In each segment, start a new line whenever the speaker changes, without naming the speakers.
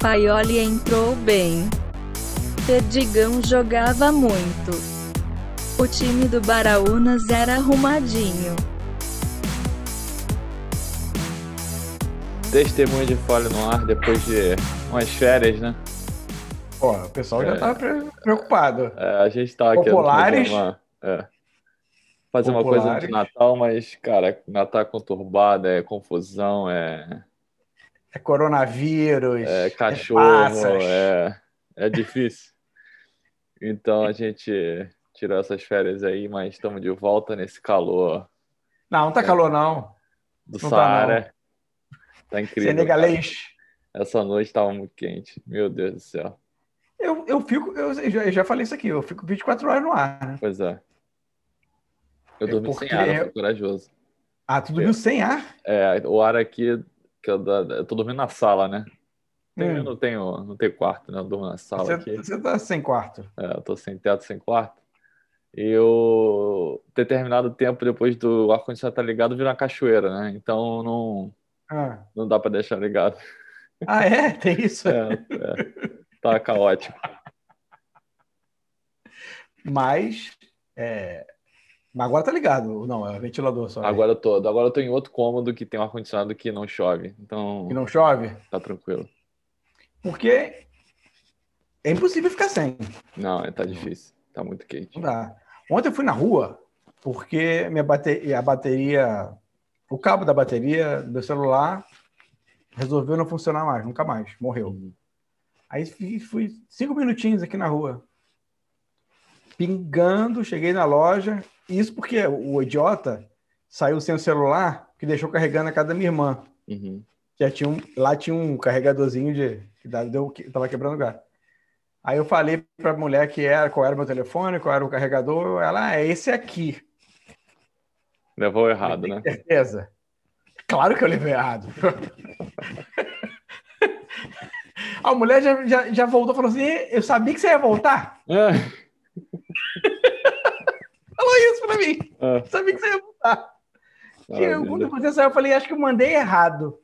Paioli entrou bem. Perdigão jogava muito. O time do Baraunas era arrumadinho.
Testemunho de fora no ar depois de umas férias, né?
Pô, o pessoal já tá pre- preocupado.
É, a gente tava aqui
Populares.
É. fazer uma
Populares.
coisa de Natal, mas, cara, Natal é conturbado, é confusão, é,
É coronavírus,
é
é
cachorro,
pássaros.
é, é difícil. Então a gente tirou essas férias aí, mas estamos de volta nesse calor
Não,
é
não tá calor não.
do
Não tá,
Saara. Tá, incrível.
Senegalês.
Essa noite tava muito quente. Meu Deus do céu.
Eu, eu fico, eu, já, eu já falei isso aqui, eu fico 24 horas no ar, né?
Pois é. Eu
É
dormi
porque
sem ar,
eu-
eu fui corajoso.
Ah, tu dormiu sem ar?
É, o ar aqui, que eu, da- eu tô dormindo na sala, né? Tem-
Hum.
Eu não tenho, não tenho quarto, né? Eu durmo na sala
Você,
aqui.
você tá sem quarto.
É, eu tô sem teto, sem quarto. E eu, determinado tempo depois do ar-condicionado estar ligado, vira uma cachoeira, né? Então não,
Ah,
não dá pra deixar ligado.
Ah, é? Tem isso?
É, é. Tá caótico.
Mas, é, mas agora tá ligado. Não, é ventilador só. né?
Agora eu tô, agora eu tô em outro cômodo que tem um ar-condicionado que não chove. Então
Que não chove.
tá tranquilo.
Porque é impossível ficar sem.
Não, tá difícil. Tá muito quente.
Não dá. Ontem eu fui na rua porque minha bateria, a bateria, o cabo da bateria do celular resolveu não funcionar mais, nunca mais, morreu. Aí fui, fui cinco minutinhos aqui na rua, pingando, cheguei na loja. Isso porque o idiota saiu sem o celular, que deixou carregando na casa da minha irmã
Uhum.
já tinha um, lá tinha um carregadorzinho de que dá- deu, que tava quebrando o gato. Aí eu falei pra mulher que era, qual era o meu telefone, qual era o carregador, ela, ah, é esse aqui.
Levou errado,
Tem
né?
Certeza. Claro que eu levei errado. A mulher já, já, já voltou e falou assim: eu sabia que você ia voltar.
É,
Falou isso pra mim.
é.
Eu sabia que você ia voltar. Que eu, quando
Maravilha,
você saiu, eu falei, acho que eu mandei errado.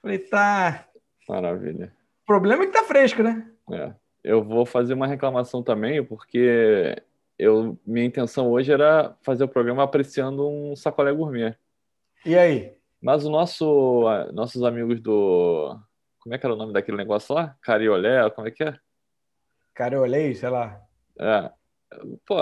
Falei, tá.
maravilha.
O problema é que tá fresco, né?
É. Eu vou fazer uma reclamação também, porque eu, minha intenção hoje era fazer o programa apreciando um sacolé gourmet.
E aí?
Mas o nosso, a- nossos amigos do. Como é que era o nome daquele negócio lá? Cariolé, como é que é?
Cara, eu olhei, sei lá.
É. Pô,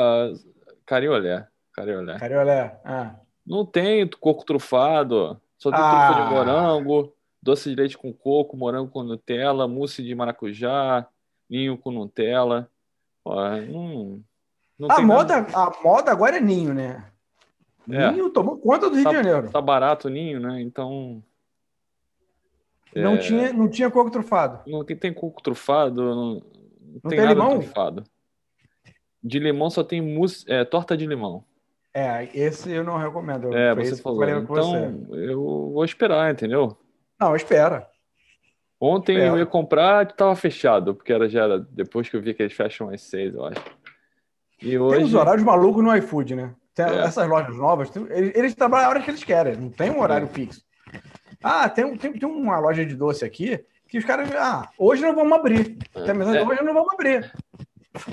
Cariolé. Cariolé.
Cariolé. Ah.
Não tem coco trufado, só tem
Ah.
trufa de morango, doce de leite com coco, morango com Nutella, mousse de maracujá, ninho com Nutella. Ó, hum, não
A
tem
Ah, moda, a moda agora é ninho, né?
É.
Ninho tomou conta do Rio de Janeiro.
nada. Tá barato o ninho, né? Então É.
Não, tinha, não tinha coco trufado.
não tem, tem coco trufado, não, não
Não
tem
tem
nada
limão?
trufado. De limão só tem mousse, é, torta de limão.
É, esse eu não recomendo.
É,
Foi
você
esse que eu
falou.
falei com você.
Então, eu vou esperar, entendeu?
Não, espera.
Ontem
É.
eu ia comprar, tava fechado, porque era, já era depois que eu vi que eles fecham às seis, eu acho. E
Tem
hoje,
uns horários malucos no iFood, né? Tem
É.
Essas lojas novas, tem- eles, eles trabalham a hora que eles querem, não tem um
É.
horário fixo. Ah, tem, um- tem, tem uma loja de doce aqui que os caras. Ah, hoje não vamos abrir. Tem a mensagem,
É.
Hoje não vamos abrir.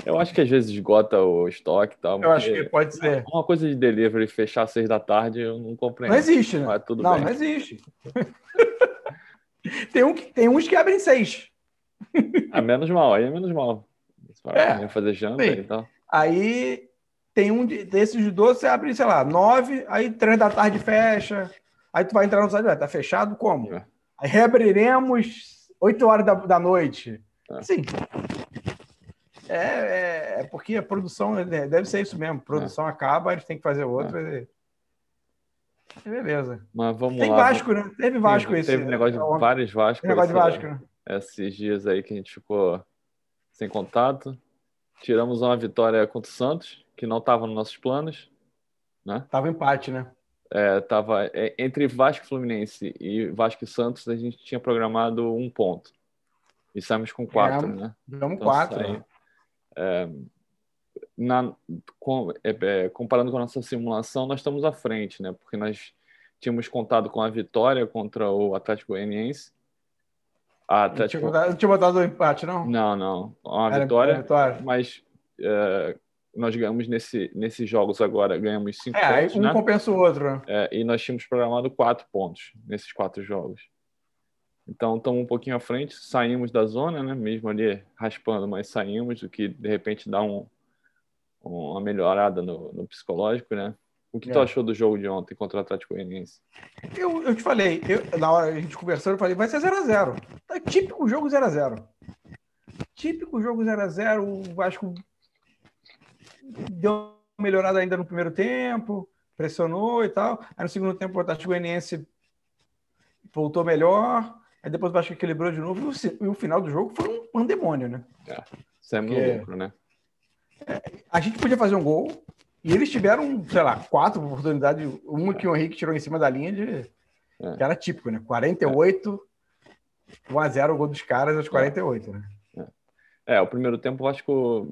eu acho que às vezes esgota o estoque e tal,
Eu acho
porque
que pode ser.
uma coisa de delivery fechar às seis da tarde, eu não compreendo.
Não existe, né?
Mas tudo
não,
bem.
não existe. tem, um, que- tem uns que abrem seis.
Ah, menos mal, aí é menos mal. Você vai
É.
fazer janta
Sim.
e tal.
Aí tem um de- desses de doce, abre, sei lá, nove, aí três da tarde fecha. Aí tu vai entrar no site, ué, tá fechado como?
É.
Aí reabriremos oito horas da, da noite.
É.
Sim. É, é- é porque a produção né, deve ser isso mesmo.
É.
Produção acaba, eles têm que fazer outra. e- e Beleza.
Mas É. vamos
Tem
lá.
Vasco, né? Teve
Teve-
Vasco esse.
Teve negócio de
ontem.
vários Vasco.
Teve negócio de
esse-
Vasco, né?
esses dias aí que a gente ficou sem contato. Tiramos uma vitória contra o Santos, que não estava nos nossos planos.
Tava empate, né?
É, tava, é, entre Vasco e Fluminense e Vasco e Santos, a gente tinha programado um ponto. E saímos com quatro,
Ganhamos.
né?
Damos
Então,
quatro.
saiu.
né?
Na, com- é, é, comparando com a nossa simulação, nós estamos à frente, né? Porque nós tínhamos contado com a vitória contra o Atlético Goianiense. Ah,
Não
tá,
tinha,
tipo,
botado, não tinha botado o empate, não?
não, não. Uma
Era-
vitória,
era vitória.
mas é, nós ganhamos nesse, nesses jogos agora, ganhamos cinco
É, aí
pontos,
um
né?
compensa o outro, né?
É, e nós tínhamos programado quatro pontos nesses quatro jogos. Então estamos um pouquinho à frente, saímos da zona, né? Mesmo ali raspando, mas saímos, o que de repente dá um, um- uma melhorada no, no psicológico, né? O que tu
É.
achou do jogo de ontem contra o Atlético Goianiense?
Eu, eu te falei, eu- na hora a gente conversando, eu falei, vai ser 0x0. Tá típico jogo 0x0. Típico jogo 0x0, o Vasco deu uma melhorada ainda no primeiro tempo, pressionou e tal. Aí no segundo tempo o Atlético Goianiense voltou melhor, aí depois o Vasco equilibrou de novo, e o, si- e o final do jogo foi um pandemônio, né?
Saímos no
É.
lucro, né?
A gente podia fazer um gol, e eles tiveram, sei lá, quatro oportunidades, uma que o Henrique tirou em cima da linha de...
É.
Que era típico, né? 48, 1x0 o um gol dos caras aos 48, né?
É, o primeiro tempo eu acho que o-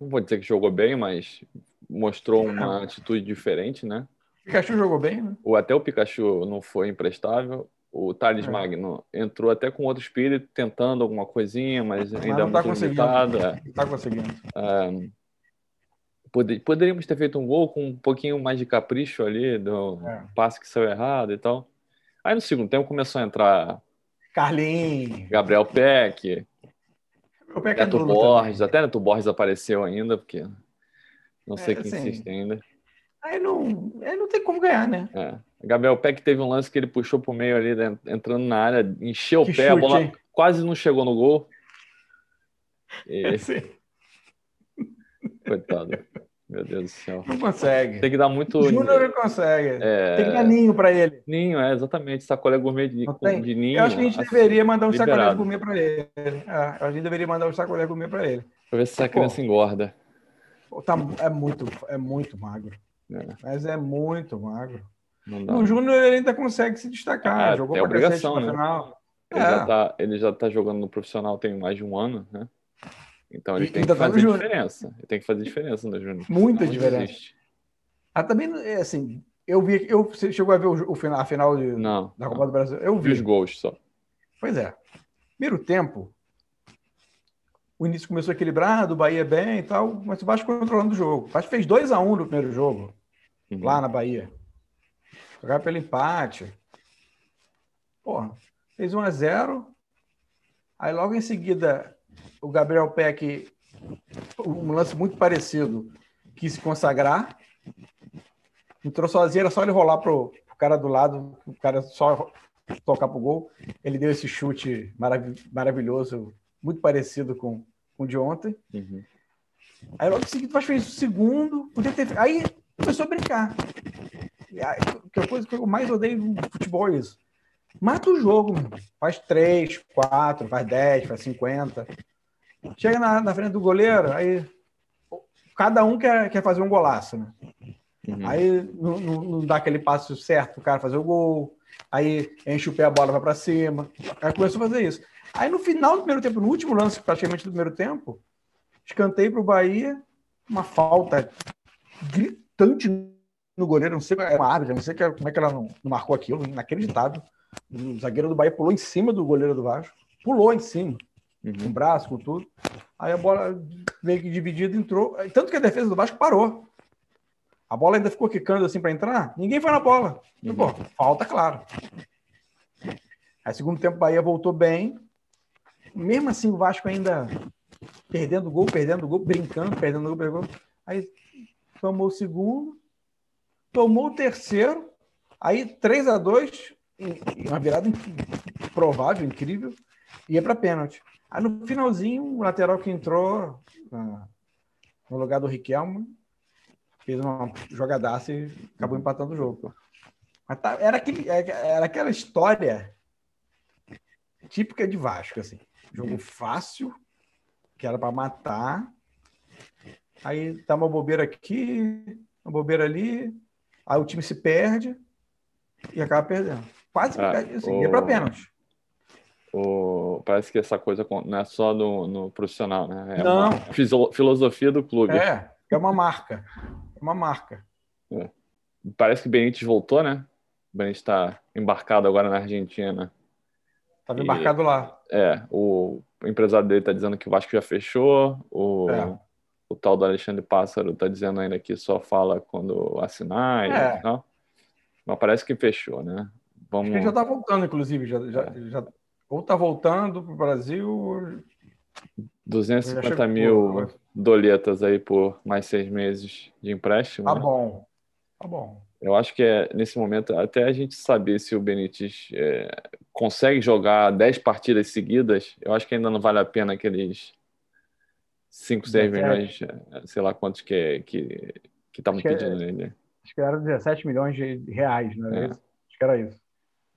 não vou dizer que jogou bem, mas mostrou uma atitude diferente, né?
O Pikachu jogou bem, né?
o, até o Pikachu não foi imprestável. O Thales
É.
Magno entrou até com outro espírito, tentando alguma coisinha, mas ainda
não tá
muito
conseguindo.
limitado. é.
Não tá conseguindo.
Poder- Poderíamos ter feito um gol com um pouquinho mais de capricho ali, do
É.
passe que saiu errado e tal. Aí no segundo tempo começou a entrar
Carlinhos.
Gabriel Peck,
O Peck é
Neto
Bruno
Borges,
também.
até Neto Borges apareceu ainda, porque não sei quem
assim,
insiste ainda.
Aí não, aí não tem como ganhar, né?
É. Gabriel Peck teve um lance que ele puxou pro meio ali, né, entrando na área, encheu o
Que
pé, a
chute,
bola
hein?
quase não chegou no gol.
É
E,
assim,
coitado. Meu Deus do céu.
Não consegue.
Tem que dar muito.
O Júnior não consegue.
é,
Tem que dar ninho pra ele.
ninho, é, exatamente. Sacolé gourmet de,
Não tem?
de ninho.
Eu acho que a gente
assim,
deveria mandar um sacolé
liberado.
gourmet pra ele. É, eu acho que a gente deveria mandar um sacolé gourmet pra ele.
Pra ver se essa criança engorda.
Pô, Tá, é, muito, é muito magro.
É.
Mas é muito magro.
Não dá.
O Júnior ele ainda consegue se destacar.
É,
jogou
é
pra cacete
obrigação,
na
né?
final.
Ele,
É.
já tá, ele já tá jogando no profissional tem mais de um ano, né? Então ele
E
tem
ainda
que
tá no
fazer
Júnior.
diferença. Ele tem que fazer diferença no Júnior.
Muita
Não
diferença.
desiste.
Ah, também, é assim, eu vi. Eu, você chegou a ver o, jo- o final, a final de-
Não.
da
não.
Copa do Brasil? Eu
E os
vi.
gols só.
Pois é. Primeiro tempo, o início começou equilibrado, o Bahia bem e tal, mas o Vasco controlando o jogo. O Vasco fez 2x1 no primeiro jogo,
Uhum.
lá na Bahia. Jogava pelo empate. Porra, fez 1x0. Aí logo em seguida, o Gabriel Peck, um lance muito parecido, quis se consagrar. Entrou sozinho, era só ele rolar pro, pro cara do lado, o cara só tocar pro gol. Ele deu esse chute maravi- maravilhoso, muito parecido com, com o de ontem.
Uhum.
Aí logo em seguida, o Vasco fez o segundo. Podia ter... Aí começou a brincar. E aí, que é a coisa que eu mais odeio no futebol é isso. Mata o jogo, meu. faz três, quatro, faz 10, faz 50. Chega na, na frente do goleiro, aí cada um quer, quer fazer um golaço, né?
Uhum.
Aí não, não- não dá aquele passo certo pro cara fazer o gol. Aí enche o pé, a bola vai pra cima. Aí começou a fazer isso. Aí no final do primeiro tempo, no último lance praticamente do primeiro tempo, escanteio pro Bahia, uma falta gritante no goleiro. Não sei qual é a árbitra, não sei que- como é que ela não, não marcou aquilo, inacreditável. O zagueiro do Bahia pulou em cima do goleiro do Vasco. Pulou em cima com o
Uhum.
braço, com tudo. Aí a bola meio que dividida entrou. Tanto que a defesa do Vasco parou. A bola ainda ficou quicando assim para entrar. Ninguém foi na bola. Então, pô, falta, claro. Aí, segundo tempo, o Bahia voltou bem. Mesmo assim, o Vasco ainda perdendo gol, perdendo gol, brincando, perdendo gol, perdendo gol. Aí tomou o segundo, tomou o terceiro. Aí 3 a 2 em- em uma virada inc- provável, incrível, ia para pênalti. Aí no finalzinho, o lateral que entrou na- no lugar do Riquelme fez uma jogadaça e acabou
Uhum.
empatando o jogo. Mas tá- era, aquele, era aquela história típica de Vasco, assim.
Uhum.
Jogo fácil, que era para matar. Aí tá uma bobeira aqui, uma bobeira ali. Aí o time se perde e acaba perdendo. Quase que
Ah,
perde, assim,
o-
ia para pênalti.
O- Parece que essa coisa con- não é só no, no profissional, né? É
Não.
uma fiso- filosofia do clube.
É, é uma marca. É uma marca.
tá Parece que o Benítez voltou, né? O Benítez está embarcado agora na Argentina.
Tava
E-
embarcado lá.
É, o empresário dele tá dizendo que o Vasco já fechou, o,
É.
o tal do Alexandre Pássaro tá dizendo ainda que só fala quando assinar e
É.
tal. Mas parece que fechou, né?
Acho
Vamos.
que ele já tá voltando, inclusive. Já, já,
É.
já- ou tá voltando pro Brasil, ou
250
Já chegou, né?
mil né?
agora.
doletas aí por mais seis meses de empréstimo.
tá
né?
bom. Tá bom.
Eu acho que é, nesse momento, até a gente saber se o Benítez é, consegue jogar 10 partidas seguidas, eu acho que ainda não vale a pena aqueles 5, 6
Dezessete.
milhões, é, sei lá quantos que é- que que estavam
Acho que é-
pedindo nele.
Acho que era 17 milhões de reais, não era
É.
isso? Acho que era isso.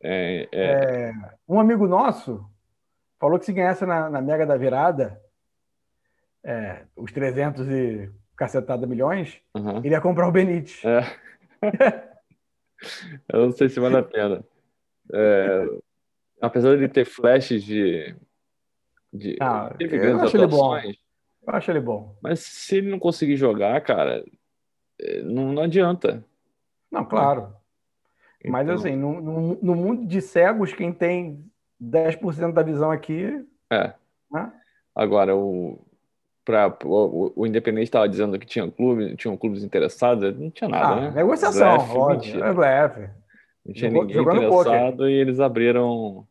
É, é,
É, um amigo nosso falou que se ganhasse na, na Mega da Virada é, os 300 e cacetada milhões,
aham.
ele ia comprar o
É.
Benítez.
Eu não sei se vale a pena. É, apesar de ter flashes de, de
Ah,
ele teve
eu
grandes
acho ele bom.
atuações,
Eu acho ele bom.
mas se ele não conseguir jogar, cara, é, não, não adianta.
Não, claro. Mas
Então,
assim, no, no- no mundo de cegos, quem tem 10% da visão aqui,
É.
Né?
Agora, o, pra, o, o- o Independente estava dizendo que tinha clube, tinham clubes interessados, não tinha nada,
ah,
né?
negociação,
Blefe,
lógico.
mentira.
É blefe.
Não tinha
Jogou-
ninguém
jogando
interessado e eles abriram,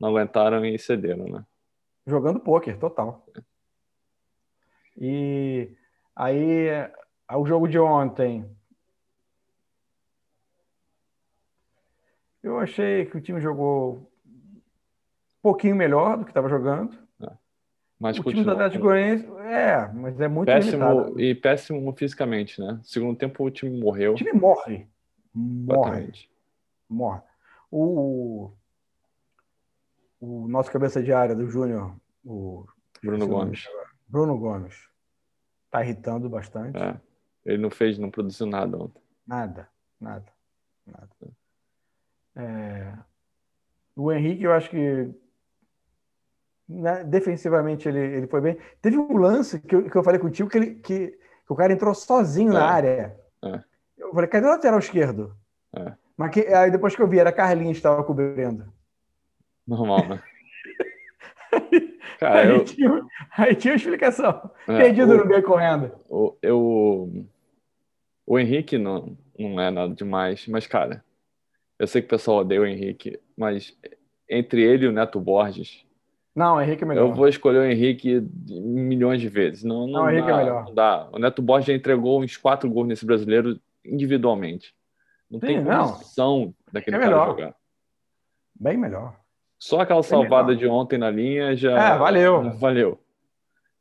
não aguentaram e cederam, né?
Jogando pôquer, total. E aí, ah, o jogo de ontem. Eu achei que o time jogou um pouquinho melhor do que estava jogando.
Mas
o time do
continuou
Atlético
com-
Goianiense, é, mas é muito limitado.
péssimo e péssimo fisicamente, né? Segundo tempo o time morreu
O time morre. Morre,
completamente.
morre. O, o nosso cabeça de área do Júnior, o
Bruno
Sim.
Gomes.
Bruno Gomes, tá irritando bastante.
É. Ele não fez, não produziu nada ontem.
Nada, nada, nada. É, O Henrique, eu acho que né, defensivamente ele, ele foi bem. Teve um lance que eu, que eu falei contigo que, ele, que, que o cara entrou sozinho na
É.
área.
É.
Eu falei, cadê o lateral esquerdo?
É.
Mas que- aí depois que eu vi, era Carlinhos que estava cobrindo.
Normal, né? Cara,
aí,
É, eu,
tinha, aí tinha explicação.
é,
Perdido
o-
no meio correndo.
O, eu, o Henrique não, não é nada demais, mas, cara, eu sei que o pessoal odeia o Henrique, mas entre ele e o Neto Borges,
Não, o Henrique é melhor.
eu vou escolher o Henrique de- milhões de vezes. Não, não,
Não, o Henrique
dá,
é melhor.
não dá. O Neto Borges já entregou uns quatro gols nesse brasileiro individualmente. Não
Sim,
tem
não.
condição daquele
É
cara
melhor.
jogar.
Bem melhor.
Só aquela salvada
melhor.
de ontem na linha já
É, valeu.
valeu.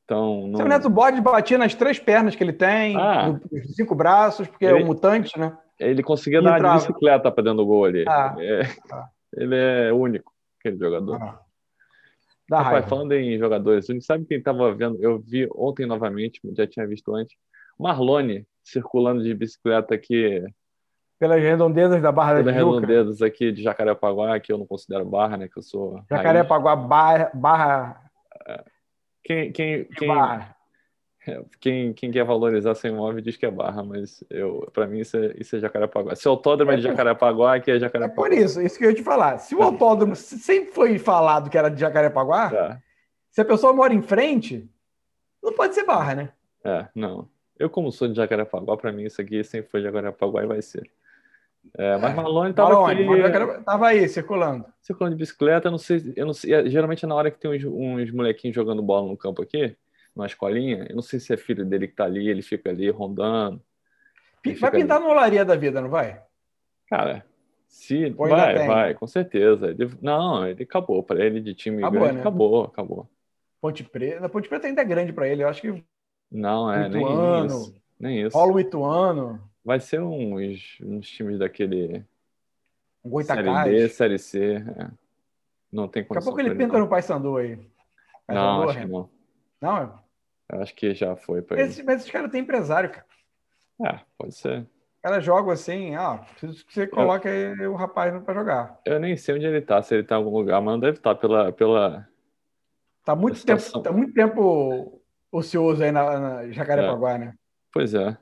Então, não...
Seu Neto Borges batia nas três pernas que ele tem,
Ah.
no- nos cinco braços, porque é
Ele-
um mutante, né?
Ele conseguia
E
dar uma
trava.
bicicleta para dentro do gol ali.
Ah.
É,
Ah.
Ele é único, aquele jogador.
Da
Ah. Rapaz,
Ah, raiva.
falando em jogadores, únicos, sabe quem estava vendo? Eu vi ontem novamente, já tinha visto antes. Marlone circulando de bicicleta aqui,
Pelas redondezas da Barra da
pelas
Tijuca.
redondezas aqui de Jacarepaguá, que eu não considero barra, né? Que eu sou. raiz.
Jacarepaguá, Barra, Barra,
Quem, quem, quem,
Barra.
quem, quem quer valorizar seu imóvel diz que é barra, mas eu, para mim isso é, isso é Jacarepaguá. Se o autódromo é de Jacarepaguá, aqui é
É
Jacarepaguá.
por isso, isso que eu ia te falar. Se o autódromo se- sempre foi falado que era de Jacarepaguá,
Tá.
se a pessoa mora em frente, não pode ser Barra, né?
É, não. Eu, como sou de Jacarepaguá, pra mim isso aqui sempre foi Jacarepaguá e vai ser. É, mas Malone tava
Marone,
aqui
Marone, Jacarepa- tava aí, circulando.
circulando de bicicleta, eu não sei, eu não sei, é, geralmente é na hora que tem uns, uns molequinhos jogando bola no campo aqui, numa escolinha, eu não sei se é filho dele que tá ali, ele fica ali rondando.
Pi-
Ele
Vai
fica
pintar no Olaria da vida, não vai?
Cara, se
Ou ainda
vai,
tem?
vai, com certeza. Ele- não, ele acabou, pra ele de time
Acabou,
grande,
né?
acabou, acabou.
Ponte Preta. Ponte Preta ainda é grande pra ele, eu acho que
Não, é, nem
Ituano.
isso, nem isso.
rola o Ituano,
Vai ser uns, uns times daquele
o
Série
Goitacás.
D, Série C. é. Não tem
Daqui a
condição.
pouco ele
pra
pinta no né? Paysandu aí.
não. Não,
Paysandu,
acho que
Renan.
não.
não. é-
Eu acho que já foi pra ele.
Esses, mas esses caras têm empresário, cara.
É, pode ser.
Os caras jogam assim, ah, preciso que
É.
você coloque aí o rapaz pra jogar.
Eu nem sei onde ele tá, se ele tá em algum lugar, mas não deve estar pela. pela...
Tá muito,
A
tempo,
situação-
tá muito tempo ocioso aí na, na Jacarepaguá, né?
Pois é.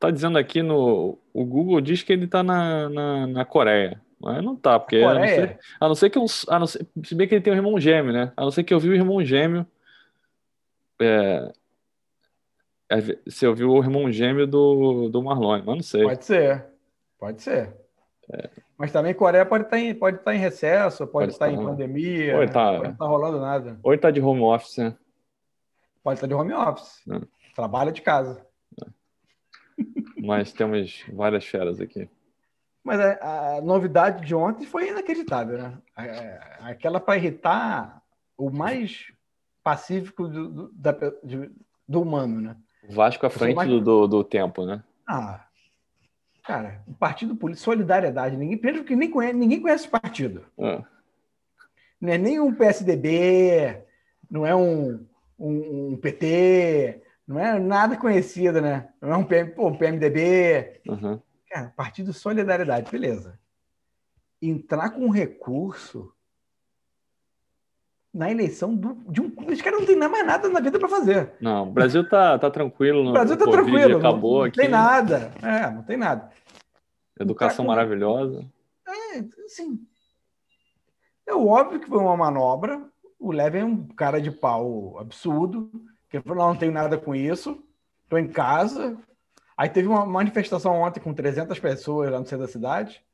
Tá dizendo aqui no. O Google diz que ele tá na, na, na Coreia. Mas não tá, porque a não
Coreia?
ser, a não ser que eu, a não ser, se bem que ele tem um irmão gêmeo, né? A não ser que eu vi o irmão gêmeo. é, às ve- se eu vi o irmão gêmeo do, do Marlon, mas não sei. É.
Pode ser. Pode ser. Mas também Coreia pode estar em, pode estar em recesso, pode,
Pode
estar em
estar-
pandemia,
pode tá, é. estar-
pode estar rolando nada.
Ou ele tá de home office, né?
Pode estar de home office.
É.
Trabalha de casa.
Mas temos várias feras aqui.
Mas a, a novidade de ontem foi inacreditável, né? A- a- Aquela para irritar o mais pacífico do, do- da pe- de- do humano, né?
O Vasco à
sou
frente
mais-
do, do, do tempo, né?
Ah, cara, o partido político, solidariedade, ninguém, primeiro que nem conhece, ninguém conhece esse partido.
Ah,
Não é nem um PSDB, não é um, um, um PT, não é nada conhecido, né? Não é um, PM, pô, um PMDB.
aham.
Cara, partido solidariedade, beleza. Entrar com recurso na eleição do, de um. Os caras não tem mais nada na vida para fazer.
Não, o Brasil tá, tá tranquilo.
O Brasil tá tranquilo,
Acabou
não, não
aqui.
tem nada. É, não tem nada.
Educação
Tá com-
maravilhosa.
É, assim, é óbvio que foi uma manobra. O Levin é um cara de pau absurdo, que ele falou, não, não tenho nada com isso, tô em casa. Aí teve uma manifestação ontem com 300 pessoas lá no centro da cidade.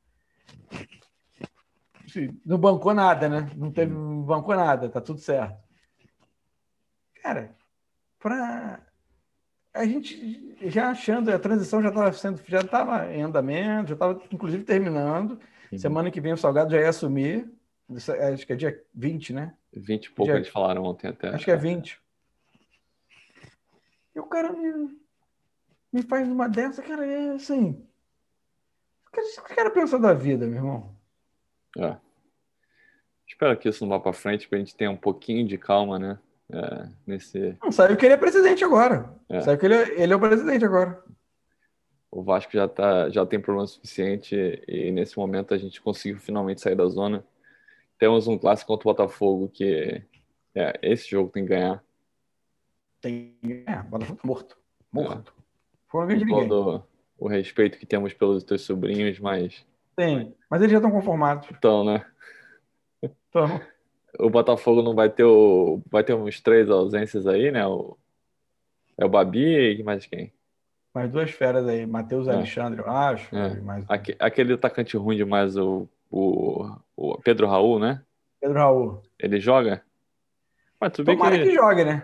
Assim, Não bancou nada, né? Não teve, não bancou nada, tá tudo certo. Cara, pra... A gente já achando, a transição já estava sendo, já estava em andamento, já estava inclusive terminando.
Uhum.
Semana que vem o Salgado já ia assumir. Isso é- Acho que é dia 20, né?
20 e pouco
Já-
eles falaram ontem até.
Acho que é 20. E o cara me, me faz uma dessa, cara, é assim. O que o que o cara pensa da vida, meu irmão?
É. Espero que isso não vá pra frente, pra gente ter um pouquinho de calma, né? É, nesse...
Não, saiu que ele é presidente agora.
É.
Saiu que ele, é- ele é o presidente agora.
O Vasco já, tá, já tem problema suficiente e, e nesse momento a gente conseguiu finalmente sair da zona. Temos um clássico contra o Botafogo que é, esse jogo tem que ganhar.
Tem. É, Botafogo morto. Morto. Foi um grande
Com
ninguém.
todo o respeito que temos pelos teus sobrinhos, mas
Tem. Mas eles já estão conformados.
então, né?
Então,
O Botafogo não vai ter o vai ter uns três ausências aí, né? O, é o Babi e mais quem?
mais duas feras aí. Matheus
É.
Alexandre, eu acho.
É.
e Mais...
Aque- Aquele atacante ruim demais, o, o, o Pedro Raul, né?
Pedro Raul.
Ele joga? Mas tu vê que. É.
Tomara que jogue, né?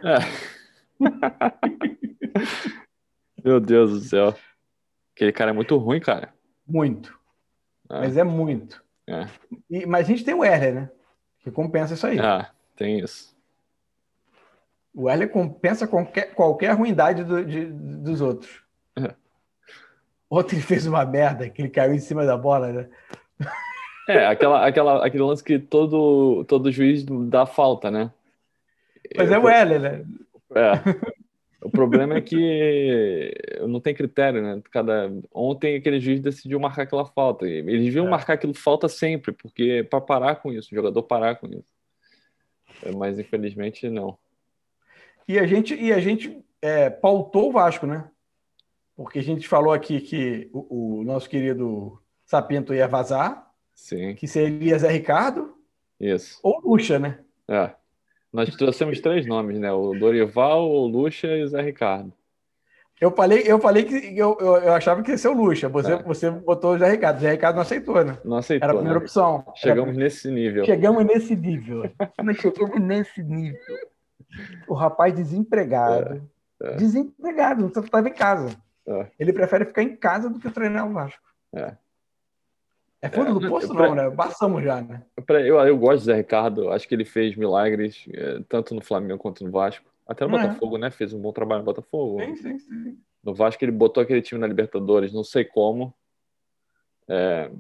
Meu Deus do céu. Aquele cara é muito ruim, cara.
Muito.
É.
Mas é muito.
É.
E- mas a gente tem o Erler, né? Que compensa isso aí.
Ah, tem isso.
O Erler compensa qualquer, qualquer ruindade do- de- dos outros.
É.
Ontem ele fez uma merda, que ele caiu em cima da bola, né?
É, aquela, aquela, aquele lance que todo, todo juiz dá falta, né?
Mas é o Erler, né?
É. O problema é que não tem critério, né? Cada... Ontem aquele juiz decidiu marcar aquela falta. E Eles deviam
É.
marcar aquilo falta sempre, porque para parar com isso, o jogador parar com isso. É, Mas infelizmente não.
E a gente, e a gente é, pautou o Vasco, né? Porque a gente falou aqui que o, o nosso querido Sapinto ia vazar,
Sim,
que seria Zé Ricardo
isso.
ou Lucha, né?
É. Nós trouxemos três nomes, né? O Dorival, o Lucha e o Zé Ricardo.
Eu falei, eu falei que eu, eu, eu achava que ia ser o Lucha. Você,
É.
você botou o Zé Ricardo. O Zé Ricardo não aceitou, né?
Não
Era a
aceitou,
primeira
né?
opção. Era a
Chegamos nesse nível.
Chegamos nesse nível. Nós chegamos nesse nível. O rapaz desempregado.
É, é.
Desempregado, não estava em casa.
É.
Ele prefere ficar em casa do que treinar o Vasco.
É.
É fundo
É,
do poço,
pra-
não, né? Passamos já, né?
Pra- Eu, eu gosto do Zé Ricardo, acho que ele fez milagres, eh, tanto no Flamengo quanto no Vasco. Até no
É.
Botafogo, né? Fez um bom trabalho no Botafogo.
Sim, sim, sim.
No Vasco ele botou aquele time na Libertadores, não sei como. É,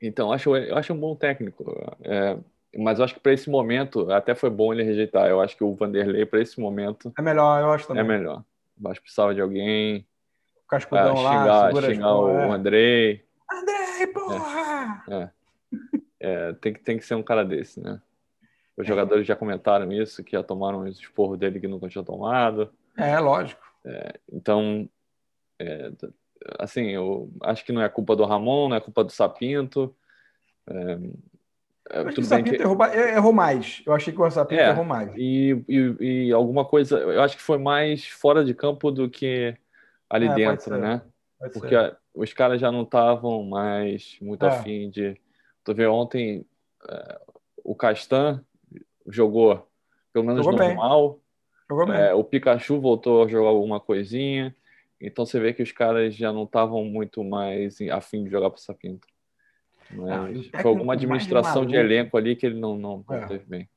Então, acho, eu acho um bom técnico. É, Mas eu acho que para esse momento, até foi bom ele rejeitar. Eu acho que o Vanderlei, para esse momento,
É melhor, eu acho
é
também.
melhor. O Vasco precisava de alguém
O
para
Cascudão um lá,
Ah, xingar,
segura as
xingar o
mãos.
Andrei.
é. Andrei, porra!
É, tem, que- tem que ser um cara desse, né?
É.
Os jogadores já comentaram isso, que já tomaram os esporros dele que nunca tinha tomado.
É, lógico.
Então, é, t- assim, eu acho que não é culpa do Ramon, não é culpa do Sapinto, É,
Eu acho que o
tudo bem
Sapinto
que-
errou, ba- er- errou mais. Eu achei que o Sapinto
É.
errou mais.
e, e, e alguma coisa, eu acho que foi mais fora de campo do que ali
É, pode
dentro,
ser.
né?
Pode ser.
Porque ah, os caras já não estavam mais muito
É.
afim de. Tu vê ontem eh, o Castan jogou pelo menos
Jogou bem.
normal.
Jogou bem.
Eh, o Pikachu voltou a jogar alguma coisinha. Então você vê que os caras já não estavam muito mais afim de jogar pro Sapinto.
Ah, e o
Mas foi
técnico
alguma
mais
administração de
maluco-
elenco ali que ele não, não, não
É.
teve bem.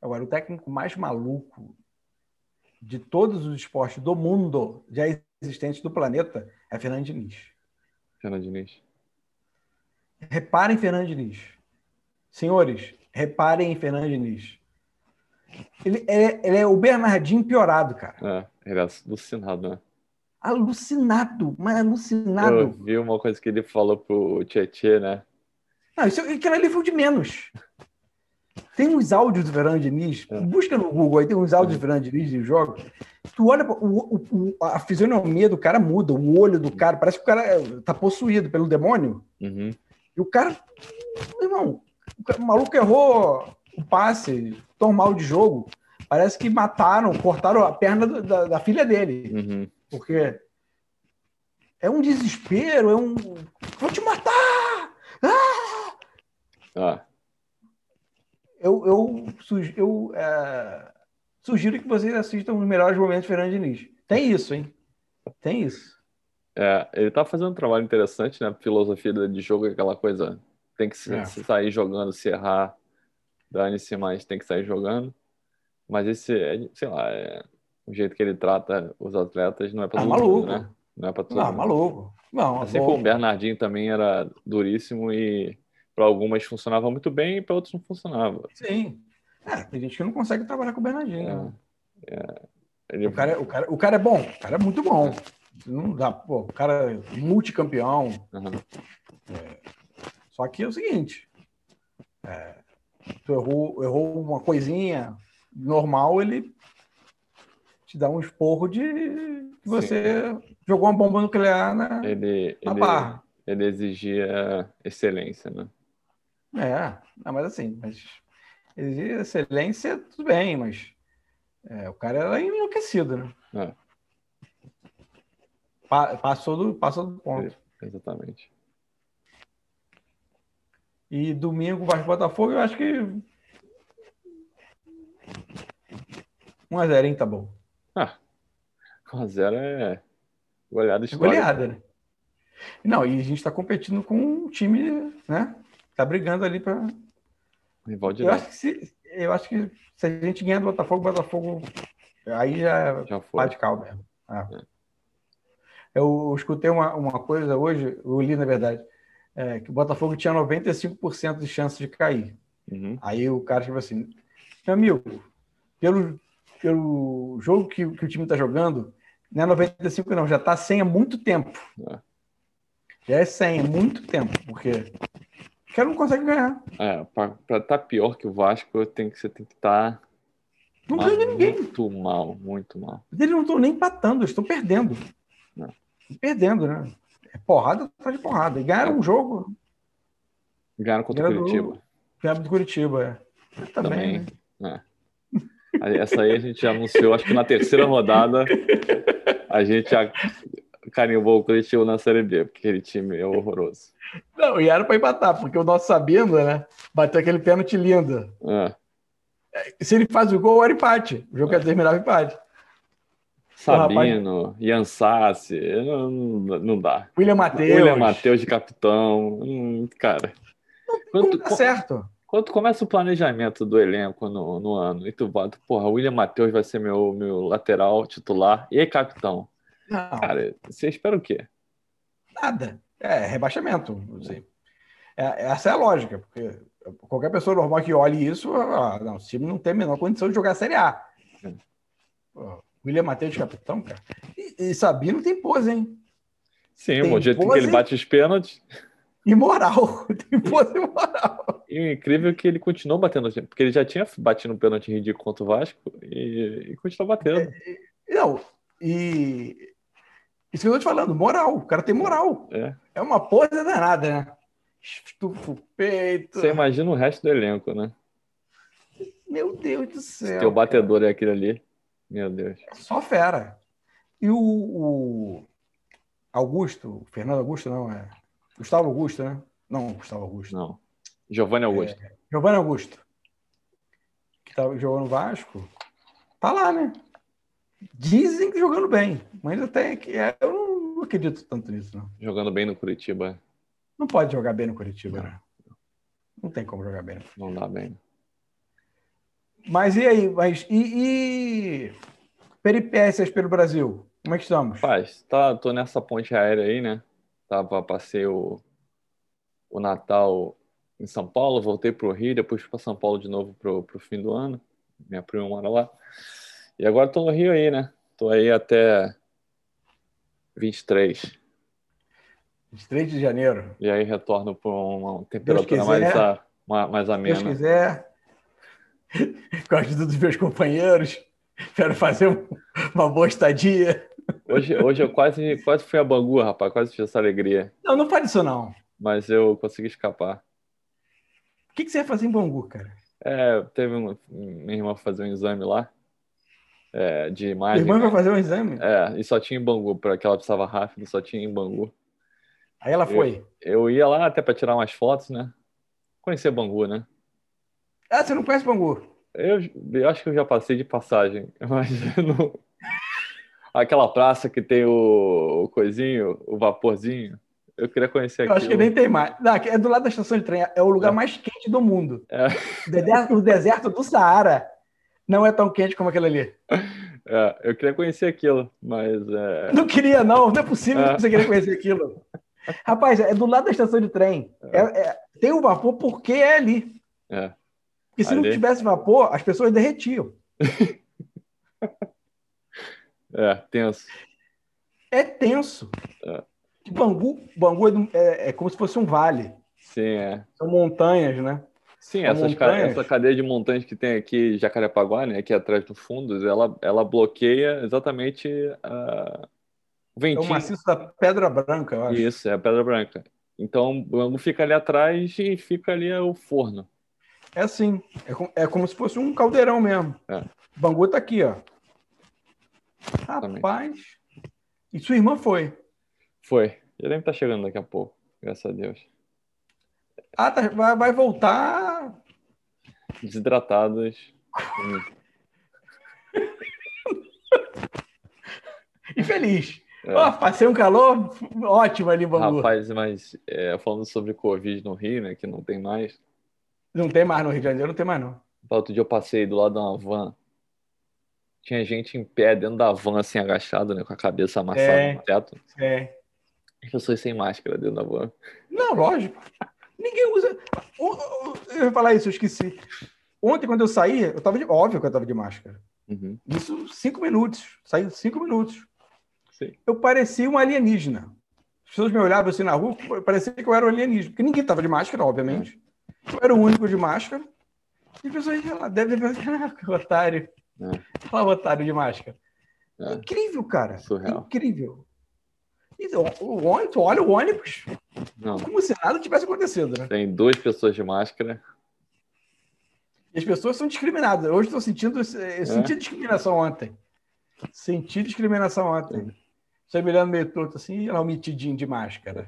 Agora, o técnico mais maluco de todos os esportes do mundo já existentes do planeta é Fernando Diniz.
Fernando Diniz.
Reparem em Fernando Diniz. Senhores, reparem em Fernando Diniz. Ele é, ele é o Bernardinho piorado, cara.
É, ele é alucinado, né?
Alucinado, mas
Eu
alucinado.
vi uma coisa que ele falou pro Tietchan, né?
Não, isso, aquilo ali foi o de menos. Tem uns áudios do Fernando Diniz,
É.
busca no Google aí, tem uns áudios do Fernando Diniz de jogo. Tu olha, pra- o- o- o- a fisionomia do cara muda, o olho do cara, parece que o cara é, tá possuído pelo demônio.
Uhum.
E o cara, meu irmão, o, cara- o maluco errou o passe, tão mal de jogo. Parece que mataram, cortaram a perna do- da, da filha dele.
Uhum.
Porque é um desespero, é um. Vou te matar!
Ah,
eu, eu, sugi- eu, é, sugiro que vocês assistam os melhores momentos de Fernando Diniz. Tem isso, hein? Tem isso.
é, ele tá fazendo um trabalho interessante, né? Filosofia de jogo, é aquela coisa. Tem que se,
É.
se sair jogando, se errar, dane-se mais, tem que sair jogando. Mas esse, é, sei lá, é, o jeito que ele trata os atletas não é pra
Ah,
todo
maluco.
mundo, né? Não é pra todo
Não,
mundo.
maluco. Não,
Assim
bom.
como o Bernardinho também era duríssimo e para algumas funcionava muito bem e para outros não funcionava.
Sim. É, tem gente que não consegue trabalhar com o Bernardinho. né?
É, é, ele-
O, cara, o, cara, o cara é bom, o cara é muito bom. Não dá, pô, o cara é multicampeão.
Aham.
Só que é o seguinte: é, tu errou, errou uma coisinha normal, ele te dá um esporro de que você jogou uma bomba nuclear na,
ele,
na
ele-
barra.
ele exigia excelência, né?
É, não, mas assim, mas exigir excelência, tudo bem, mas é, o cara era enlouquecido, né?
É.
Pa- passou, do, passou do ponto.
Exatamente.
E domingo vai pro Botafogo, eu acho que. 1 a 0 tá bom.
1x0 é goleada histórica.
Goleada, né? Não, e a gente tá competindo com um time, né? Tá brigando ali pra.
Rival
Eu
direto.
acho que se, eu acho que se a gente ganhar do Botafogo, o Botafogo. Aí já
Já foi.
radical mesmo. É. Eu escutei uma, uma coisa hoje, eu li na verdade, é, que o Botafogo tinha 95% de chance de cair.
Uhum.
Aí o cara tipo assim, meu amigo, pelo, pelo jogo que, que o time está jogando, não é 95 não, já está 100 há muito tempo.
É.
Já é 100 há muito tempo, porque o cara não consegue ganhar.
É, pra estar pior que o Vasco, tem que, você tem que estar
Não ganha de ninguém.
muito mal, muito mal.
Mas Eles não estão nem empatando, eles estão perdendo.
Não.
Perdendo, né? É porrada atrás de porrada. E ganharam um jogo,
Ganharam contra o
Ganharam do-
Curitiba
ganharam do Curitiba. é. Também.
também.
né?
né? Aí, Essa aí a gente anunciou, acho que na terceira rodada, a gente a- carimbou o Curitiba na Série B, porque aquele time é horroroso.
Não, e era pra empatar, porque o nosso Sabino, né? Bateu aquele pênalti lindo.
É.
E se ele faz o gol, era empate. O jogo ia terminar em empate.
Sabino, Ian Sassi, não, não- não dá.
William Matheus.
William Matheus é de capitão. hum, cara.
Como
Quanto,
tá certo?
quando tu começa o planejamento do elenco no, no ano, e tu bota, porra, William Matheus vai ser meu, meu lateral titular e capitão.
Não,
Cara, você espera o quê?
nada. É rebaixamento. assim. É, essa é a lógica, porque qualquer pessoa normal que olhe isso, ah, não, esse time não tem a menor condição de jogar a Série A.
É.
Pô, William Matheus, capitão, cara. E, e Sabino tem pose, hein?
Sim,
Tem
o jeito que
pose?
ele bate os pênaltis. E
E moral. Tem pose e moral.
e o incrível é que ele continuou batendo, porque ele já tinha batido um pênalti ridículo contra o Vasco e, e continuou batendo.
Não, e. Isso que eu tô te falando, moral. O cara tem moral.
É.
É uma pose danada, né? estufa o peito.
Você imagina o resto do elenco, né?
Meu Deus do
Se
céu.
teu batedor é aquele ali. Meu Deus.
Só fera. E o, o Augusto, Fernando Augusto, não, é. Gustavo Augusto, né? Não, Gustavo Augusto.
Não. Giovanni Augusto.
Giovanni Augusto, que estava jogando no Vasco, tá lá, né? Dizem que jogando bem, mas até que é, eu não- não acredito tanto nisso, não.
Jogando bem no Curitiba.
Não pode jogar bem no Curitiba, né? Não tem como jogar bem.
Não dá bem.
Mas e aí? Mas e, e peripécias pelo Brasil? Como é que estamos?
Rapaz, tá, tô nessa ponte aérea aí, né? Tava, passei o, o Natal em São Paulo, voltei pro Rio, depois fui pra São Paulo de novo pro, pro fim do ano. Minha prima mora lá. E agora tô no Rio aí, né? Tô aí até 23.
23 de janeiro.
E aí retorno pra uma temperatura
quiser.
mais, a, ma- mais
Se Deus
amena.
quiser, com a ajuda dos meus companheiros, quero fazer um- uma boa estadia.
Hoje, hoje eu quase, quase fui a Bangu, rapaz, quase tive essa alegria.
Não, não faz isso, não.
Mas eu consegui escapar.
O que, que você ia fazer em Bangu, cara?
É, teve um, minha irmã foi fazer um exame lá é, de
Minha
imagem.
irmã vai fazer um exame?
É, e só tinha em Bangu, porque ela precisava rápido, só tinha em Bangu.
Aí ela foi.
Eu ia lá até para tirar umas fotos, né? Conhecer Bangu, né?
Ah, você não conhece Bangu?
Eu, eu acho que eu já passei de passagem, mas eu não... Aquela praça que tem o, o coisinho, o vaporzinho, eu queria conhecer
Eu acho que
aquilo.
nem tem mais. Não, aqui é do lado da estação de trem. É o lugar
É.
mais quente do mundo.
É.
O deserto, o deserto do Saara não é tão quente como aquele ali.
É, eu queria conhecer aquilo, mas é,
Não queria, não. Não é possível
É.
que você queria conhecer aquilo. Rapaz, é do lado da estação de trem. É- é- tem o vapor porque é ali.
é.
Porque se
Ali.
não tivesse vapor, as pessoas derretiam.
É, tenso.
É tenso.
É.
Bangu, Bangu é do- é- é como se fosse um vale.
Sim, é.
São montanhas, né?
Sim,
São
essas ca-
montanhas?
essa cadeia de montanhas que tem aqui em Jacarepaguá, né, aqui atrás do Fundos, ela, ela bloqueia exatamente ah, o
É o
ventinho.
maciço da Pedra Branca, eu acho.
Isso, é a Pedra Branca. Então, o Bangu fica ali atrás e fica ali o forno.
É assim. É, com- é como se fosse um caldeirão mesmo.
É.
Bangu tá aqui, ó. Rapaz. E sua irmã foi.
Foi. Já deve estar chegando daqui a pouco, graças a Deus.
Ah, tá- vai, vai voltar.
Desidratados. Hum,
Infeliz.
é.
Ó, passei um calor ótimo ali em Bangu.
Rapaz, mas é, falando sobre Covid no Rio, né, que não tem mais.
Não tem mais no Rio de Janeiro, não tem mais não.
Outro dia eu passei do lado de uma van. Tinha gente em pé dentro da van, assim, agachado, né? Com a cabeça amassada
É.
no teto.
É.
As pessoas sem máscara dentro da van.
Não, lógico. Ninguém usa. O- o- Eu ia falar isso, eu esqueci. Ontem, quando eu saí, eu tava de. Óbvio que eu tava de máscara.
Uhum.
Isso cinco minutos. Saiu cinco minutos.
Sim.
Eu parecia um alienígena. As pessoas me olhavam assim na rua, parecia que eu era um alienígena. Porque ninguém estava de máscara, obviamente. Eu era o único de máscara. E as pessoas iam lá, devem ver, caraca, otário.
É.
Olha lá o otário de máscara.
É.
Incrível, cara.
Surreal.
Incrível. E o- o ônibus, olha o ônibus,
Não.
como se nada tivesse acontecido, né?
Tem duas pessoas de máscara.
E as pessoas são discriminadas. Hoje estou sentindo.
É.
Eu senti discriminação ontem. Senti discriminação ontem.
É.
Você me olhando meio torto assim, e lá um metidinho de máscara.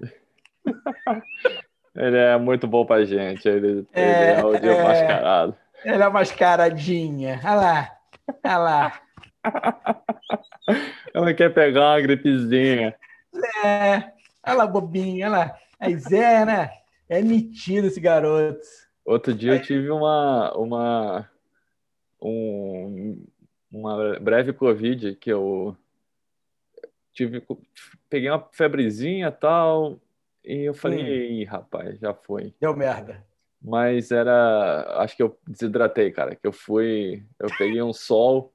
Ele é muito bom pra gente. Ele,
É,
ele é o dia
é.
mascarado.
Ela é mascaradinha. Olha lá. Olha lá.
Ela quer pegar uma gripezinha.
É. Olha lá, bobinha. Olha lá. Mas é, né? É metido esse garoto.
Outro
É.
dia eu tive uma, uma, um- uma breve Covid que eu tive, co- peguei uma febrezinha e tal, e eu falei,
Hum.
ei, rapaz, já foi.
Deu merda.
Mas era, acho que eu desidratei, cara, que eu fui, eu peguei um sol,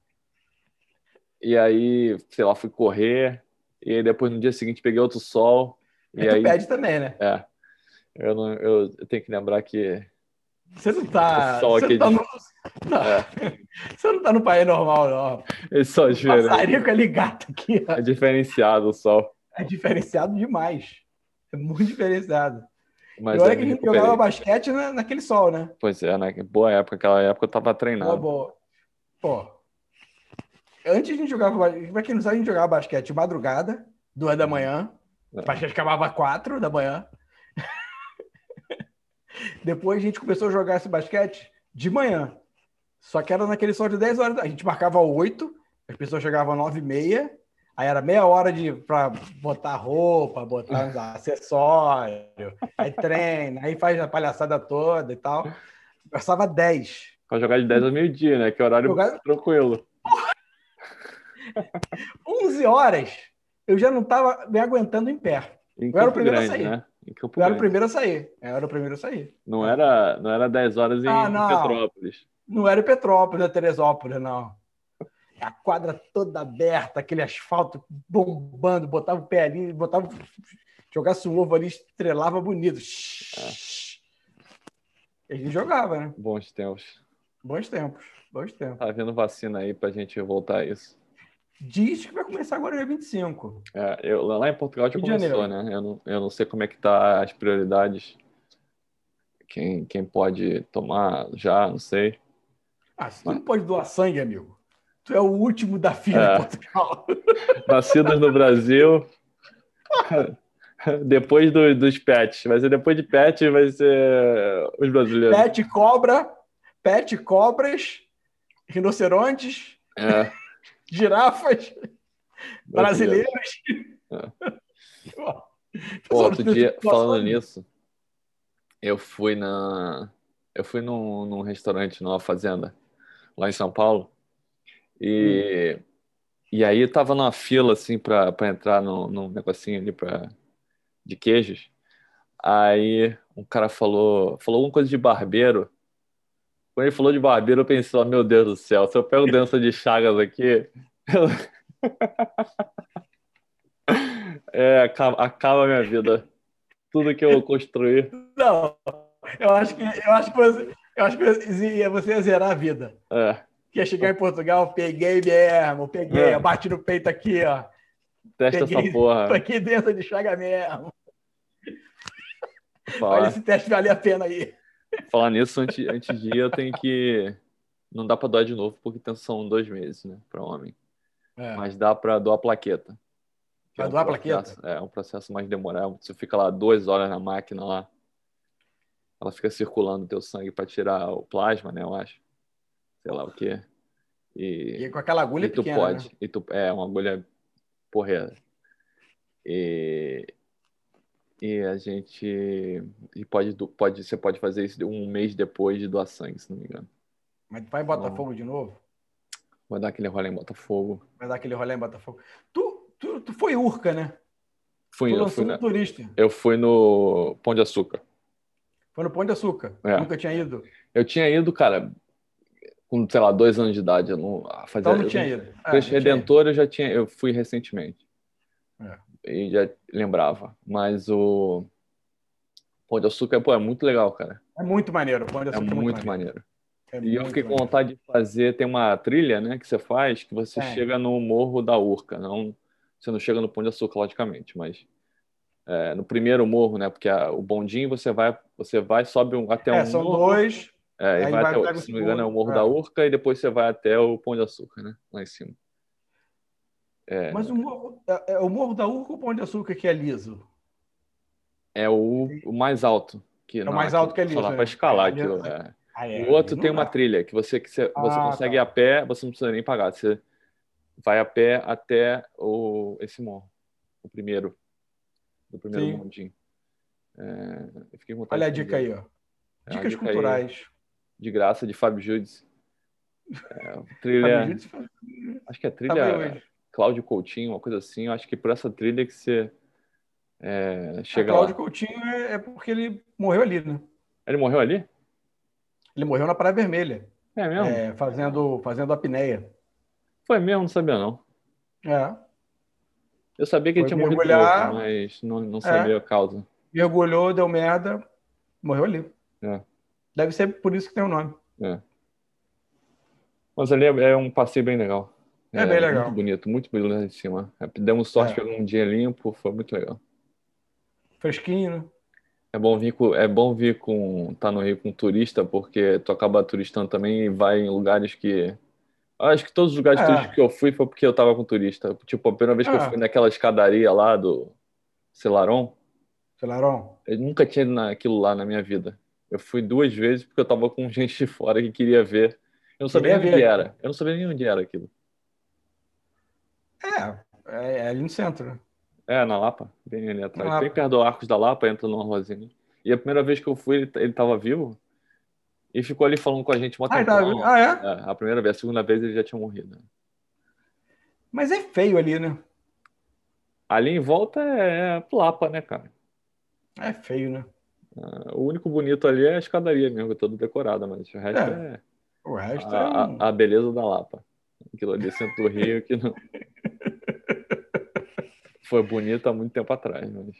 e aí, sei lá, fui correr, e aí depois no dia seguinte peguei outro sol, e
E tu
aí,
pede também, né?
é, eu, não, eu eu tenho que lembrar que
Você não tá.
Só
Você
que-
não tá, no... Não. você não tá no país normal, não.
ele só gira.
Passarico é ligado aqui, ó.
É diferenciado o sol.
É diferenciado demais. É muito diferenciado.
Mas
e olha
eu
que a
me
gente
recuperei.
jogava basquete na- naquele sol, né?
Pois é, né? Boa época. Aquela época eu tava
Boa,
treinado.
boa. Pô. Antes a gente jogava. ba- Pra quem não sabe, a gente jogava basquete de madrugada, duas da manhã.
É.
O basquete acabava quatro da manhã. Depois a gente começou a jogar esse basquete de manhã. Só que era naquele sol de 10 horas. da- A gente marcava 8, as pessoas chegavam às 9 e meia. Aí era meia hora de para botar roupa, botar os acessórios, aí treina, aí faz a palhaçada toda e tal. Passava 10.
Pra jogar de 10 ao meio-dia, né? Que horário
Jogar-
tranquilo.
11 horas, eu já não estava me aguentando em pé.
Em
Eu era o
Campo
primeiro a
Grande,
sair.
né? Em Campo
Eu era o
Grande.
primeiro a sair. Eu era o primeiro a sair.
Não era, não era 10 horas em
Ah, não.
Petrópolis.
Não era em Petrópolis, era Teresópolis, não. A quadra toda aberta, aquele asfalto bombando, botava o pé ali, botava. Jogasse um ovo ali, estrelava bonito. E a gente jogava, né?
Bons tempos.
Bons tempos. Bons tempos.
Tá havendo vacina aí pra gente voltar a isso.
Diz que vai começar agora dia 25.
É, eu- lá em Portugal já
Rio de Janeiro.
começou, né? Eu não, eu não sei como é que tá as prioridades. Quem, quem pode tomar já, não sei.
Ah, se tu não pode doar sangue, amigo. Tu é o último da fila
É.
em Portugal.
Nascidos no Brasil. Depois do- dos pets. Vai ser depois de pet, vai ser os brasileiros.
Pet cobra, pet cobras, rinocerontes,
É,
girafas, brasileiras.
É. Pô, outro dia,
né?
falando nisso, eu fui na. Eu fui num, num restaurante numa fazenda, lá em São Paulo. E, e aí eu tava numa fila, assim, pra, pra entrar num, num negocinho ali pra, de queijos. Aí um cara falou, falou alguma coisa de barbeiro. Quando ele falou de barbeiro, eu pensei, ó, meu Deus do céu, se eu pego dança de Chagas aqui, eu- é, acaba, acaba a minha vida. Tudo que eu construí.
Não, eu acho que, eu acho que, você, eu acho que você, ia- você ia zerar a vida.
É,
Que ia chegar em Portugal, peguei mesmo, peguei,
É. É.
eu bati no peito aqui, ó.
testa
Peguei.
essa porra.
Tô aqui dentro de chaga mesmo. Olha
Falar,
esse teste vale a pena aí.
falar nisso, antes, antes de ir, eu tenho que. Não dá pra doar de novo, porque tem- são dois meses, né? Pra homem. Mas dá pra doar plaqueta.
É. Pra
É um
doar plaqueta?
processo- É, é um processo mais demorado. Você fica lá duas horas na máquina lá. Ela fica circulando o teu sangue pra tirar o plasma, né? Eu acho. Sei lá o quê. E.
E com aquela agulha
e tu
pequena.
pode.
né?
E tu, é uma agulha porreira. E, e a gente. E pode, do- pode, você pode fazer isso um mês depois de doar sangue, se não me engano.
Mas vai em Botafogo de novo?
Vai dar aquele rolê em Botafogo.
Vai dar aquele rolê em Botafogo. Tu, tu, tu foi urca, né?
Fui,
tu
eu,
lançou
fui
um
na-
turista.
eu fui no Pão de Açúcar.
Foi no Pão de Açúcar.
É.
Nunca tinha ido.
Eu tinha ido, cara, com, sei lá, dois anos de idade. Eu não, a fazer,
Então não
eu
tinha ido. Ah,
Cristo
não tinha ido.
é, Redentor eu já tinha, eu fui recentemente.
É.
E já lembrava. Mas o Pão de Açúcar, pô, é muito legal, cara.
É muito maneiro. O Pão de
É
Açúcar
muito, maneiro.
É
E eu
muito
fiquei com
maneiro.
vontade de fazer, tem uma trilha, né, que você faz, que você
Tem.
chega no Morro da Urca, não, você não chega no Pão de Açúcar, logicamente, mas é, no primeiro morro, né, porque a- o bondinho você vai, você vai, sobe um- até
É,
um
são
morro,
dois.
é, e
aí
vai
vai,
até o-
pega o
se não me engano, é o
segundo,
Morro
é.
da Urca e depois você vai até o Pão de Açúcar, né, lá em cima. É,
Mas o morro, é, é o morro da Urca ou o Pão de Açúcar que é liso?
É o, o mais alto. Que,
o mais alto que é
Só
liso,
dá pra
né?
escalar
É,
aquilo.
é.
é.
Ah, é,
O outro
não
tem
dá.
uma trilha que você, que você, você
Ah,
consegue
tá.
ir a pé, você não precisa nem pagar. Você vai a pé até o, esse morro. O primeiro. Do primeiro
Sim.
mundinho. É, eu fiquei com vontade
Olha a
de
dica
fazer.
aí, ó.
É uma
Dicas
dica aí,
culturais.
de graça, de Fábio Judes. É,
Fábio Tá
trilha.
Júdice foi-
Acho que é trilha.
tava aí hoje.
Cláudio Coutinho, uma coisa assim. Eu acho que por essa trilha que você é,
Ah,
chega
Cláudio
lá.
Coutinho é, é porque ele morreu ali, né?
Ele morreu ali?
Ele morreu na Praia Vermelha,
É mesmo?
é, fazendo, fazendo apneia.
Foi mesmo, não sabia não.
É.
Eu sabia que ele tinha
Foi
morrido
mergulhar. É.
novo, mas não, não sabia a causa.
Mergulhou, deu merda, morreu ali.
É.
Deve ser por isso que tem o nome.
Mas ali é, é um passeio bem legal.
É bem legal.
Muito bonito, muito bonito lá de cima. É, Demos sorte,
É.
pegamos um dia limpo, foi muito legal.
Fresquinho, né?
É bom vir com, é bom vir com, tá no Rio com turista, porque tu acaba turistando também e vai em lugares que. Ah, Acho que todos os lugares
É.
turísticos que eu fui foi porque eu tava com turista. Tipo, a primeira vez que eu
É.
fui naquela escadaria lá do Celaron,
Celarão.
eu nunca tinha ido naquilo lá na minha vida. Eu fui duas vezes porque eu tava com gente de fora que queria ver. Eu não sabia
Queria
nem onde
ver.
era. Eu não sabia nem onde era aquilo.
É, é, é ali no centro. né?
É, na Lapa, bem ali atrás.
Na
Bem
Lapa.
perto do Arcos da Lapa, entra no Arrozinho. E a primeira vez que eu fui, ele, ele tava vivo e ficou ali falando com a gente mó
Ah, tá,
tempão.
ah, é?
É, a primeira vez, a segunda vez ele já tinha morrido. né?
Mas é feio ali, né?
Ali em volta é Lapa, né, cara?
É feio, né?
É, O único bonito ali é a escadaria mesmo, toda decorada, mas o resto
É,
é
O resto é
a,
um-
a- a beleza da Lapa. Aquilo ali centro do Rio que não. Foi bonito há muito tempo atrás, mas.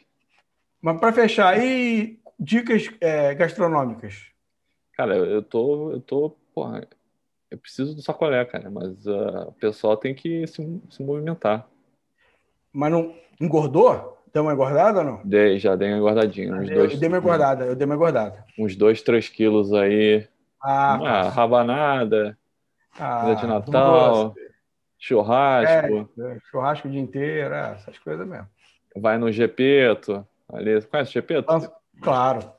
Mas para fechar, e dicas é, gastronômicas?
Cara, eu tô, eu tô, porra, eu preciso do sacolé, cara, mas ah, o pessoal tem que se, se movimentar.
Mas não engordou? Deu uma engordada ou não?
Dei, já dei uma engordadinha, uns
Eu,
dois,
eu dei uma engordada, eu dei uma engordada.
uns dois, três quilos aí. Ah,
Ah,
rabanada,
ah,
comida de
doce,
Natal, churrasco,
é, churrasco o dia inteiro, é, essas coisas mesmo.
vai no Gepeto, ali, conhece o Gepeto?
É. Lança- Claro.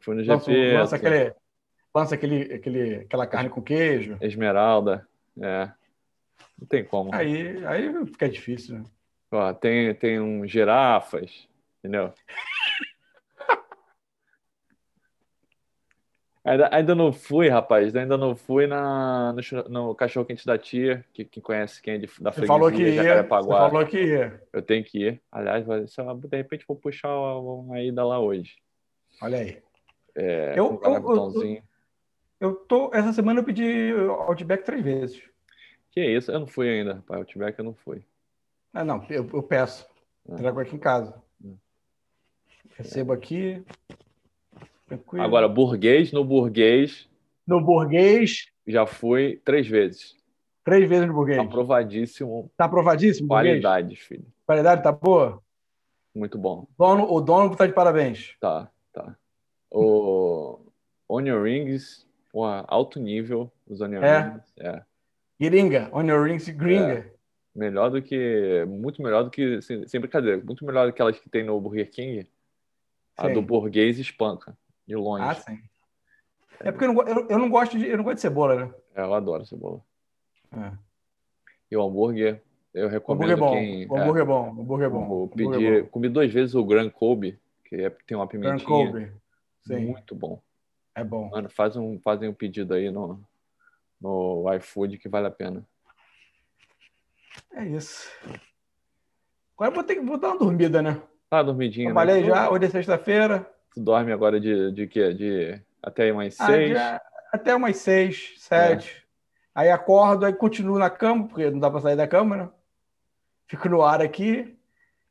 Fui no
Lança, um-
Gepeto,
lança aquele, lança aquele, aquele, aquela carne com queijo.
Esmeralda, é, não tem como.
Aí, aí fica difícil, né?
Ó, tem, tem um girafas, entendeu? Ainda, ainda não fui, rapaz, ainda não fui na, no, chu- no cachorro quente da tia, que quem conhece quem é de, da
Você falou que
freguesia,
ia, você
Jacarepaguá.
falou que ia.
Eu tenho que ir. Aliás, vai- sei lá, de repente vou puxar uma, uma ida lá hoje.
Olha aí.
É,
Eu-
com
eu- eu-
garotãozinho.
Eu tô, essa semana eu pedi Outback três vezes.
Que é isso? Eu não fui ainda, rapaz. O Outback eu não fui.
Ah, não, eu, eu peço.
Ah.
Trago aqui em casa.
Hum.
Recebo aqui. Tranquilo.
Agora, burguês no burguês,
no burguês,
já fui três vezes.
três vezes no burguês.
Aprovadíssimo.
Tá aprovadíssimo, burguês?
Tá Qualidade, filho.
Qualidade tá boa?
Muito bom.
Dono, o dono tá de parabéns.
Tá, tá. O Onion Rings, porra, alto nível, os Onion
É.
Rings. É.
Gringa, on your rings, gringa.
Melhor do que. Muito melhor do que. Sem, sem brincadeira, muito melhor do que aquelas que tem no Burger King. A
Sim.
do burguês espanca. De longe.
Ah, sim. É porque eu não, go- eu, eu não gosto de, eu não gosto de cebola, né?
É, Eu adoro cebola.
É.
E o hambúrguer, eu
O hambúrguer é
recomendo
bom.
quem.
O hambúrguer é bom. O hambúrguer é
é,
bom.
eu
o
pedi-
hambúrguer é bom.
comi duas vezes o Grand Kobe, que é- tem uma
Grand
pimentinha.
Kobe. Sim,
Muito bom.
é bom.
Mano, faz um, fazem um pedido aí no, no iFood que vale a pena.
É isso. Agora eu vou ter que vou dar uma dormida, né?
Tá dormidinho, né?
Trabalhei já, hoje é sexta-feira.
Tu dorme agora de, de quê? De até aí mais
Ah,
seis? É.
já- até umas seis, sete. Aí acordo, aí continuo na cama, porque não dá pra sair da cama, né? Fico no ar aqui.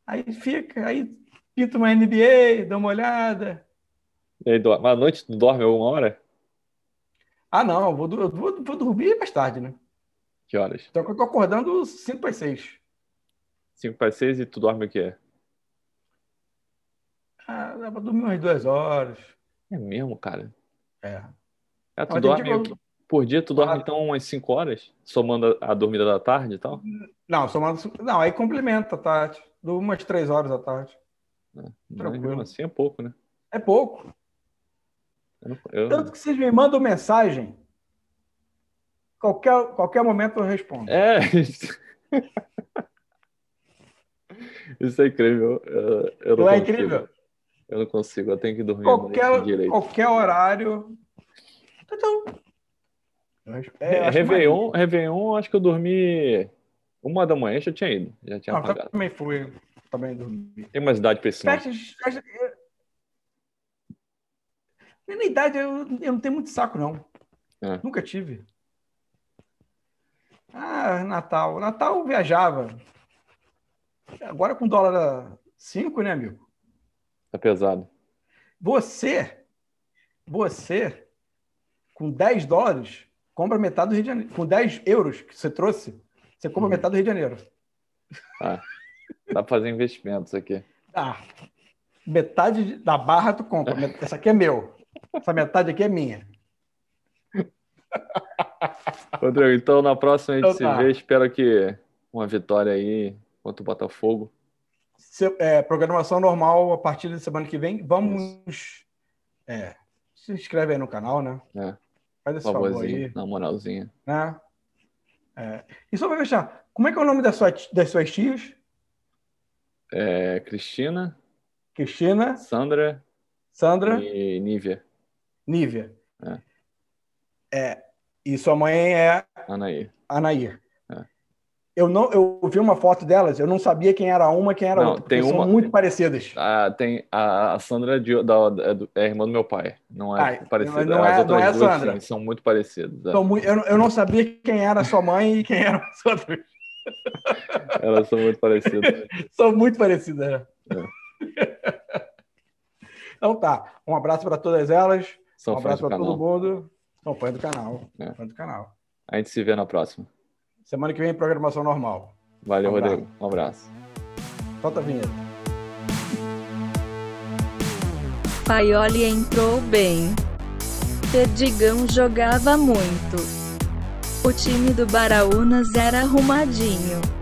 Aí fica, aí pinto uma NBA, dou uma olhada.
E aí, dorme. Mas à noite tu dorme alguma hora?
Ah, não, vou, du- eu vou, vou dormir mais tarde, né?
Que horas?
Então eu tô acordando cinco para seis.
Cinco para seis e tu dorme o quê?
Ah, dá pra dormir umas duas horas.
É mesmo, cara?
É.
Ah, tu
Mas tem dia
dorme
que eu-
por dia, tu dorme
Ah.
então umas cinco horas? Somando a, a dormida da tarde e tal?
Não, somando. Não, aí complementa a tarde. Durmo umas três horas à tarde.
Mas
Tranquilo.
mesmo assim é pouco, né?
É pouco.
Eu não- eu-
Tanto que vocês me mandam mensagem. Qualquer, qualquer momento eu respondo.
É. isso- Isso é incrível. Eu, eu não,
Não é
consigo.
incrível?
Eu não consigo, eu tenho que dormir à noite
Qualquer,
direito.
qualquer horário. Então. eu resp- é, eu
Re-
acho
Réveillon, Réveillon, acho que eu dormi uma da manhã, já tinha ido, já tinha
maravilhoso. Não, tá
apagado.
também fui. Também dormi.
Tem mais idade pra isso, não.
Festas. festas eu- Na minha idade, eu, eu não tenho muito saco, não.
É.
Nunca tive. Ah, Natal. Natal eu viajava. Agora com dólar a 5, né, amigo?
Tá pesado.
Você, você, com 10 dólares, compra metade do Rio de Janeiro. Com 10 euros que você trouxe, você compra
Uhum.
metade do Rio de Janeiro.
Dá pra fazer investimentos aqui.
Ah, Metade da barra tu compra. Met- Essa aqui é meu. Essa metade aqui é minha.
Rodrigo, então na próxima a gente
Então tá.
se vê. Espero que uma vitória aí contra o Botafogo.
Se- é, programação normal a partir da semana que vem. Vamos. é, se inscreve aí no canal, né?
É.
Faz esse favor
Favorzinho,
aí.
na moralzinha.
Né? É, E só pra fechar, como é que é o nome da sua ti- das suas tias?
É, Cristina,
Cristina,
Sandra
Sandra,
e Nívia.
Nívia. É, E sua mãe é
Anaí.
Anaí.
É.
Eu não, eu vi uma foto delas, eu não sabia quem era uma, quem era
Não,
outra, porque
tem uma-
são muito parecidas.
Ah, tem a, a Sandra é de- da, é do- é irmã do meu pai. Não é
Ai,
parecida.
não é-
As
não
outras
é a
duas
Sandra.
sim, são muito parecidas. é.
São mui- eu, não- eu não sabia quem era sua mãe e quem eram as outras.
Elas são muito parecidas.
São muito parecidas. né?
É.
Então tá, um abraço para todas elas,
São
um
fãs
abraço
do
para todo
canal.
mundo. São fãs do canal,
É.
fãs do canal.
A gente se vê na próxima.
Semana que vem programação normal.
Valeu,
Um abraço.
Rodrigo. Um abraço.
Solta a vinheta.
Paioli entrou bem. Perdigão jogava muito. O time do Baraunas era arrumadinho.